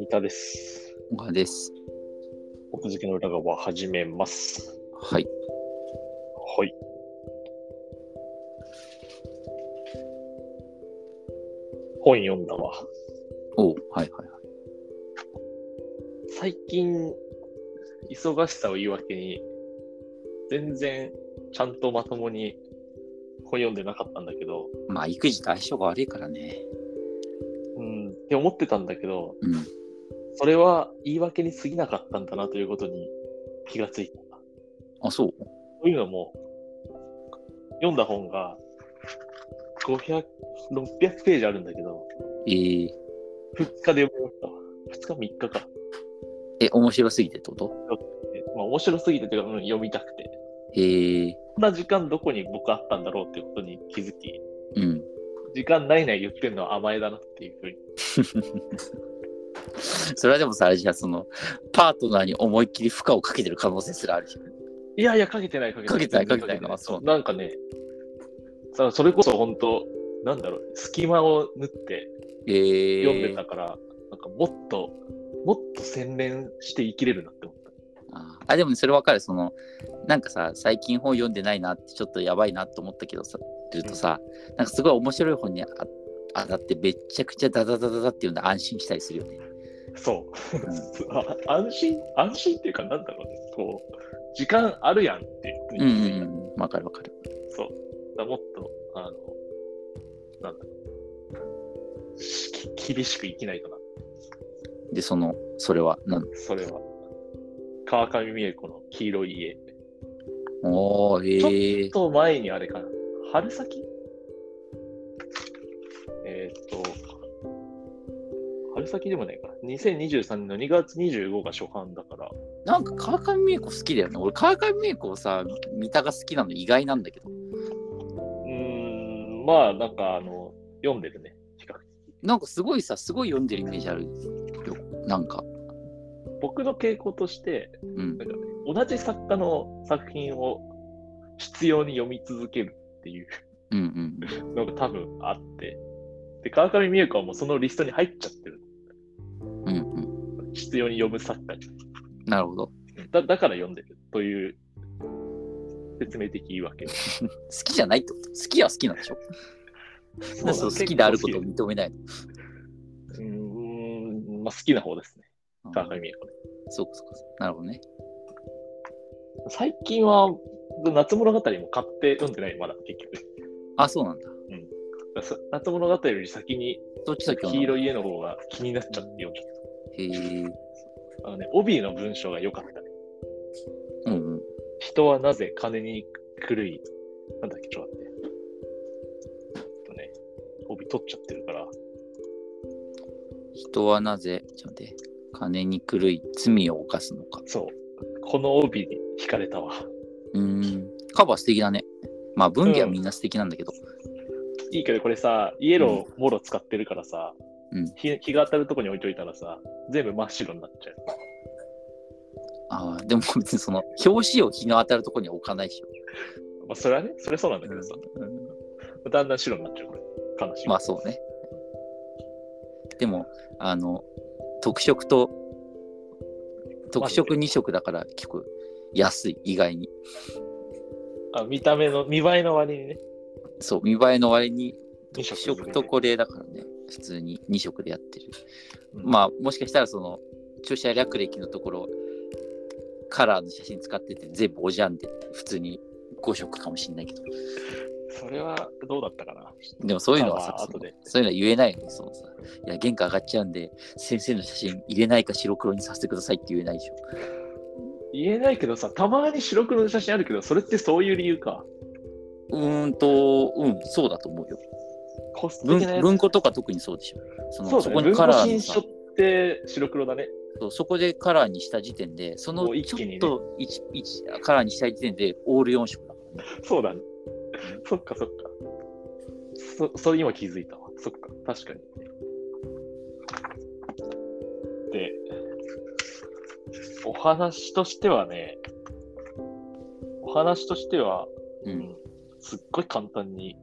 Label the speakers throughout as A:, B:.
A: 三田です。
B: 岡です。
A: 奥付けの裏側始めます。
B: はい。
A: はい。本読んだわ。
B: おうはいはいはい。
A: 最近、忙しさを言い訳に、全然ちゃんとまともに本読んでなかったんだけど、
B: まあ、育児と相性が悪いからね。
A: うん、って思ってたんだけど、
B: うん。
A: それは言い訳に過ぎなかったんだなということに気がついた。
B: あ、そう
A: というのも、読んだ本が500、600ページあるんだけど、
B: えー、
A: 2日で読みましたわ。2日、3日か。
B: え、面白すぎてってこと
A: でまあ、面白すぎてというか、うん読みたくて。
B: えー、
A: こんな時間どこに僕あったんだろうってことに気づき、
B: うん。
A: 時間ないない言ってるのは甘えだなっていうふうに。
B: それはでもさ、あれじゃあその、パートナーに思いっきり負荷をかけてる可能性すらあるじゃん。
A: いやいや、かけてない、かけてない。
B: かけてないかけてないのあそう
A: なんかね、さそれこそ本当、なんだろう、隙間を縫って
B: えー、
A: 読んでたから、なんかもっと、もっと洗練して生きれるなって思った。
B: あーあ、でもねそれわかる。その、なんかさ、最近本読んでないなって、ちょっとやばいなと思ったけどさ、るとさ、なんかすごい面白い本にあ当たって、めっちゃくちゃダダダダダっていうので安心したりするよね。
A: そう
B: うん
A: あ安心安心っていうかなんだろうねこう時間あるやんっていうふう
B: うん
A: に気づいた、
B: うんうん。わかるわかる。
A: そうだからもっとあのなんだろうしき厳しく生きないとな
B: で、その、それは、なん
A: それは川上美恵子の黄色い家
B: おー、えー
A: ちょっ。と前にあれかな春先えーっと春先でもないかな2023年の2月25が初版だから
B: なんか川上美恵子好きだよね。俺川上美恵子をさ、三田が好きなの意外なんだけど。
A: うーん、まあ、なんか、あの、読んでるね、比較的
B: なんかすごいさ、すごい読んでるイメージあるよ。なんか。
A: 僕の傾向として、
B: うん。
A: 同じ作家の作品を必要に読み続けるっていう
B: うんうん。
A: のが多分あって、で、川上美恵子はもうそのリストに入っちゃってる。
B: うんうん。
A: 必要に読む作家に。
B: なるほど。
A: だだから読んでるという説明的言い訳。
B: 好きじゃないってこと好きは好きなんでしょなんでその好きであることを認めないの
A: うーん、まあ好きな方ですね、川上美恵子ね。
B: そうかそうか。なるほどね。
A: 最近は、夏物語も買って読んでない、まだ結局。
B: あ、そうなんだ。
A: そ夏物語より先に
B: どっちだっけ
A: 黄色い家の方が気になっちゃって読んじゃっ
B: へえ。
A: た。あのね、帯の文章が良かったね。
B: うんうん。
A: 人はなぜ金に狂い、なんだっけ、ちょっと待って。ちょっとね、帯取っちゃってるから、
B: 人はなぜ、ちょっと待って。金に狂い罪を犯すのか。
A: そう。この帯に惹かれたわ。
B: うーん。カバー素敵だね。まあ文芸はみんな素敵なんだけど。
A: いいけど、これさ、イエローもろ使ってるからさ、
B: うん
A: 日日が当たるとこに置いといたらさ、全部真っ白になっちゃう。
B: ああ、でも別にその、表紙を日の当たるところには置かないでしょ。
A: まあ、それはね、それはそうなんだけどさ、だんだん白になっちゃう、これ。悲しい。
B: まあそうね。でも、あの、特色と、特色2色だから結構安い、意外に。
A: あ見た目の、見栄えの割にね、
B: そう、見栄えの割に、
A: 2
B: 特
A: 色
B: 色とこれだからね、普通に2色でやってる。
A: うん
B: まあもしかしたらその、著者略歴のところ、カラーの写真使ってて全部おじゃんで、普通に5色かもしれないけど。
A: それはどうだったかな。
B: でもそういうのはさ
A: あ、まあ
B: そ
A: 後
B: の
A: で
B: そういうのは言えないよね、そのさ。いや、原価上がっちゃうんで、先生の写真入れないか白黒にさせてくださいって言えないでしょ。
A: 言えないけどさ、たまに白黒の写真あるけど、それってそういう理由か。
B: うーんと、うん、そうだと思うよ。
A: コスト的な
B: 文
A: やつ
B: 文庫とか特にそうでしょ。その
A: そう
B: そ
A: だ
B: こ
A: ね。
B: に
A: 文
B: カ
A: 庫
B: ラー
A: 新
B: に
A: 書
B: さ
A: って白黒だね。
B: そう、そこでカラーにした時点で、そ
A: も
B: の
A: う
B: ち
A: 一
B: ょ
A: 気にね
B: っと一一カラーにした時点でオール4色だからね。
A: そうだね。そっかそっか。そ、それ今気づいたわ。そっか、確かに。で、お話としてはね、お話としては、
B: うん、
A: すっごい簡単に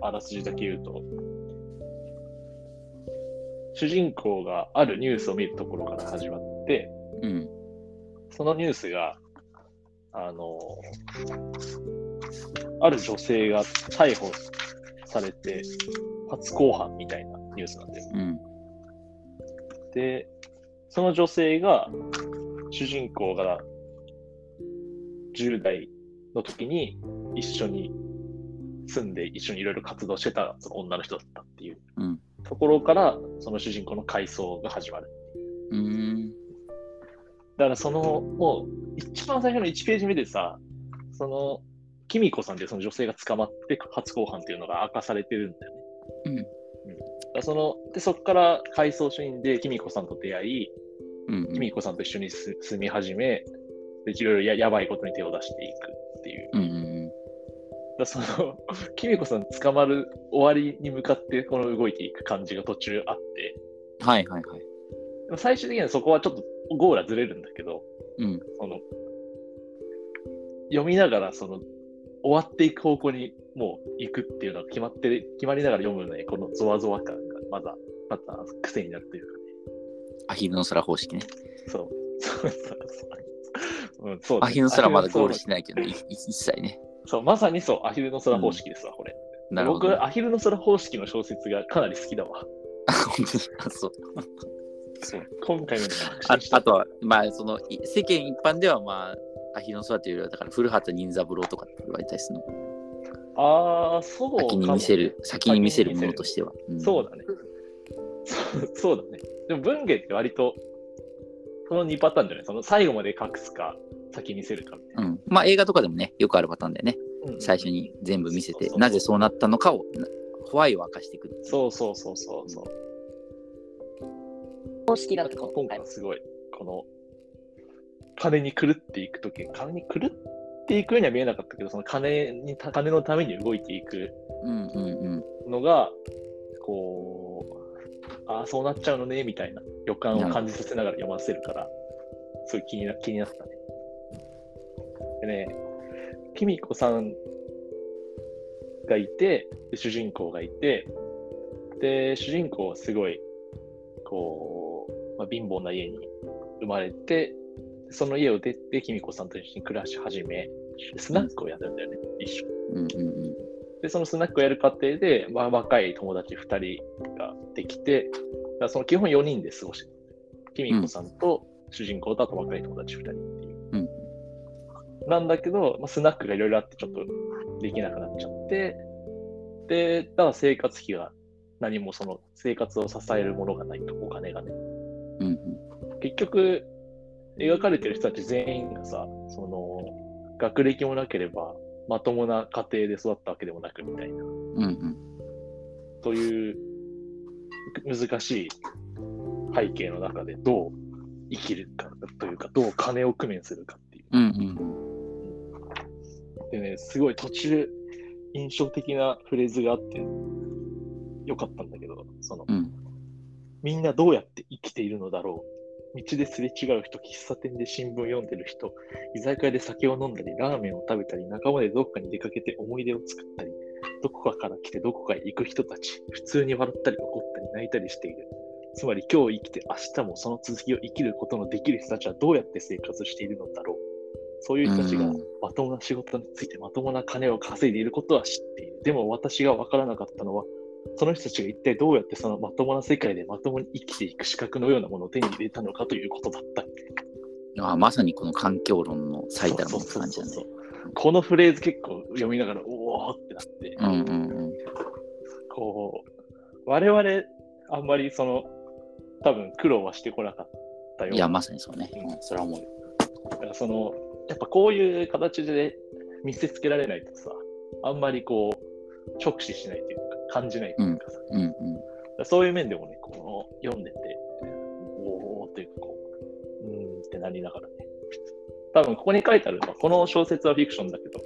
A: あらすじだけ言うと、主人公があるニュースを見るところから始まって、
B: うん。
A: そのニュースが、あの、ある女性が逮捕されて、初公判みたいなニュースなんだよ。
B: うん。
A: で、その女性が、主人公が10代の時に一緒に住んで一緒にいろいろ活動してたその女の人だったっていう
B: うん
A: ところから、その主人公の回想が始まる。
B: うーん。
A: だからその、もう、一番最初の1ページ目でさ、その、キミコさんっていうその女性が捕まって初公判っていうのが明かされてるんだよね。
B: う
A: う
B: ん
A: ん。だからその、で、そこから回想シーンでキミコさんと出会い、
B: うん
A: キミコさんと一緒にす住み始め、で、いろいろややばいことに手を出していくっていう。
B: うん。うん。
A: だからその、 キミコさん捕まる終わりに向かって、この動いていく感じが途中あって、
B: はいはいはい。
A: でも最終的にはそこはちょっとゴーラずれるんだけど、
B: うん。
A: その読みながらその終わっていく方向にもう行くっていうのが決まってる決まりながら読むのにこのゾワゾワ感がまだまた癖になるというか
B: アヒルの空方式ね。
A: ねそうそうそうそう、うん、そうね
B: アヒルの空まだゴールしてないけど、いい一切ね。
A: そうまさにそうアヒルの空方式ですわ、これ
B: なるほど、ね。
A: 僕アヒルの空方式の小説がかなり好きだわ
B: 本当にあそう
A: 今回ので確
B: あ
A: 信した
B: あとは、まあ、そのい世間一般では、まあ、アヒルの空というよりは、だから古畑任三郎とかって言われたりするの。
A: あーそうかも
B: 先に見せる、先に見せるものとしては。ん
A: そうだね。 そうそうだね。でも文芸って割と、この2パターンじゃないその最後まで隠すか、先見せるかみたいな。
B: うん、まあ映画とかでもね、よくあるパターンだよね。
A: うん
B: 最初。に全部見せ
A: そう
B: て
A: そうそ、う
B: なぜそうなったのかを、なホワイを明かしていく。
A: そうそうそうそうそう。
C: 公式だと
A: 今回はすごい、この、金に狂っていくとき、金に狂っていくようには見えなかったけど、その金にた、金のために動いていく
B: うんうんうん。
A: のが、こう、ああ、そうなっちゃうのね、みたいな予感を感じさせながら読ませるから、すごい気にな気になったね。でね、きみこさんがいて、で主人公がいて、で、主人公はすごい、こう、まあ、貧乏な家に生まれて、その家を出て、きみこさんと一緒に暮らし始め、スナックをやるんだよね、一緒に
B: うんうんうん。
A: で、そのスナックをやる過程で、まあ、若い友達2人ができて、だからその基本4人で過ごしてた。キミコさんと主人公とあと若い友達2人っていう。
B: うん
A: なんだけど、まあ、スナックがいろいろあってちょっとできなくなっちゃって、で、ただ生活費が何もその生活を支えるものがないと、お金がね。
B: うんうん
A: 結局、描かれてる人たち全員がさ、その、学歴もなければ、まともな家庭で育ったわけでもなくみたいな。
B: うんうん
A: という難しい背景の中でどう生きるかというか、どう金を工面するかってい
B: うんうん
A: う。でね、すごい途中、印象的なフレーズがあって、よかったんだけど、その、
B: うん
A: みんなどうやって生きているのだろう。道ですれ違う人、喫茶店で新聞読んでる人、居酒屋で酒を飲んだり、ラーメンを食べたり、仲間でどこかに出かけて思い出を作ったり、どこかから来てどこかへ行く人たち、普通に笑ったり怒ったり泣いたりしている。つまり今日生きて明日もその続きを生きることのできる人たちはどうやって生活しているのだろう。そういう人たちが
B: うん
A: まともな仕事についてまともな金を稼いでいることは知っている。でも私が分からなかったのは、その人たちが一体どうやってそのまともな世界でまともに生きていく資格のようなものを手に入れたのかということだった。
B: うん。あまさにこの環境論の最たるものって感じだね
A: そう。そうそうそうこのフレーズ結構読みながら、おおってなって、
B: うんうんうん。
A: こう、我々、あんまりその、多分苦労はしてこなかったようない
B: や、まさにそうね。
A: うん
B: それは思うよ。
A: だからそのやっぱこういう形で見せつけられないとさあんまりこう直視しないというか感じないというかさ、だ
B: うんうん。
A: からそういう面でもねこの読んでておおっていうかこううーんってなりながらね多分ここに書いてあるのはこの小説はフィクションだけど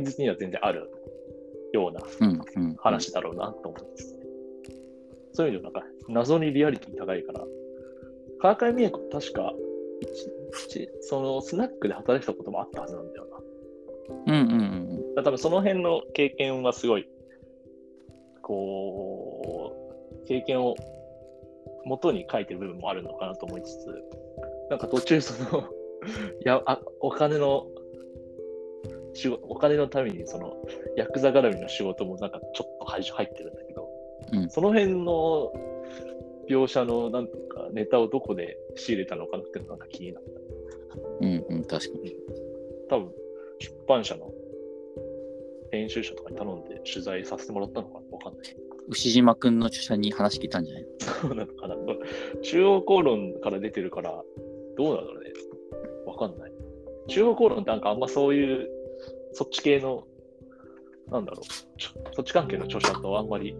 A: 現実には全然あるような
B: うんうん。
A: 話だろうなと思うんですね。そういう意味でもなんか謎にリアリティ高いから、川上美恵子確か一日そのスナックで働いてたこともあったはずなんだよな。だか
B: うんうんうんうん。
A: ら多分その辺の経験はすごいこう、経験を元に書いてる部分もあるのかなと思いつつ、なんか途中その、 いや、あお金の、仕事お金のためにその、ヤクザ絡みの仕事もなんかちょっと排除入ってるんだけど、
B: うん
A: その辺の描写のなんていうかネタをどこで仕入れたのかなっていうのがなんか気になった。
B: うんうん確かに
A: 多分出版社の編集者とかに頼んで取材させてもらったのかなわかんない。
B: 牛島くんの著者に話聞いたんじゃない
A: そうなのかな。中央公論から出てるから、どうなのね。わかんない。中央公論ってなんかあんまそういう、そっち系の、なんだろう、ちょそっち関係の著者とはあんまり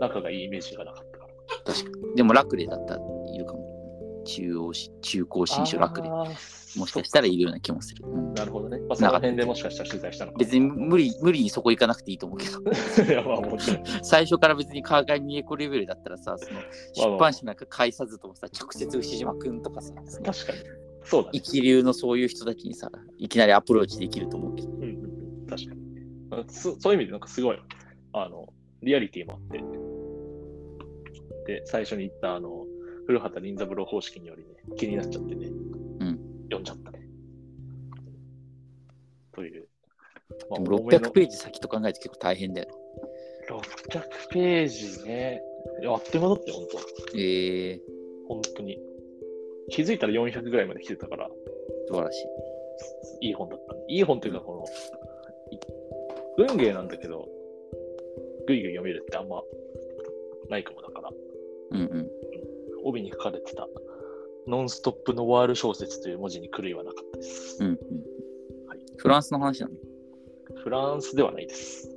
A: 仲がいいイメージがなかったから。
B: でも楽でだったらいるかも中央し中高新書楽で
A: あー
B: もしかしたらいるような気もする、うん
A: なるほどね。まあ、その辺でもしかしたら取材したのかも
B: 別に無理無理にそこ行かなくていいと思うけど
A: いや、まあ、もちろん。
B: 最初から別に川上美恵子レベルだったらさその出版社なんか介さずともさ直接牛島くんとかさその
A: 確かに。そうだね。
B: 一流のそういう人たちにさいきなりアプローチできると思うけど
A: うんうんうん、確かに。あそそういう意味で、なんかすごい、あの、リアリティもあって、で、最初に言った、あの、古畑任三郎方式によりね、気になっちゃってね、
B: うん
A: 読んじゃったね。という。ま
B: で
A: あ
B: も
A: 重めの
B: 600ページ先と考えて結構大変だよ。
A: 600ページね。いやあっという間だって、本当
B: えー、
A: 本当に。気づいたら400ぐらいまで来てたから、
B: 素晴らしい。
A: いい本だったね。いい本というか、この、い文芸なんだけど、ぐいぐい読めるってあんまないかもだから、
B: うんうん。
A: 帯に書かれてた、ノンストップのワール小説という文字に狂いはなかったです。
B: うんうん
A: はい
B: フランスの話なの
A: フランスではないです。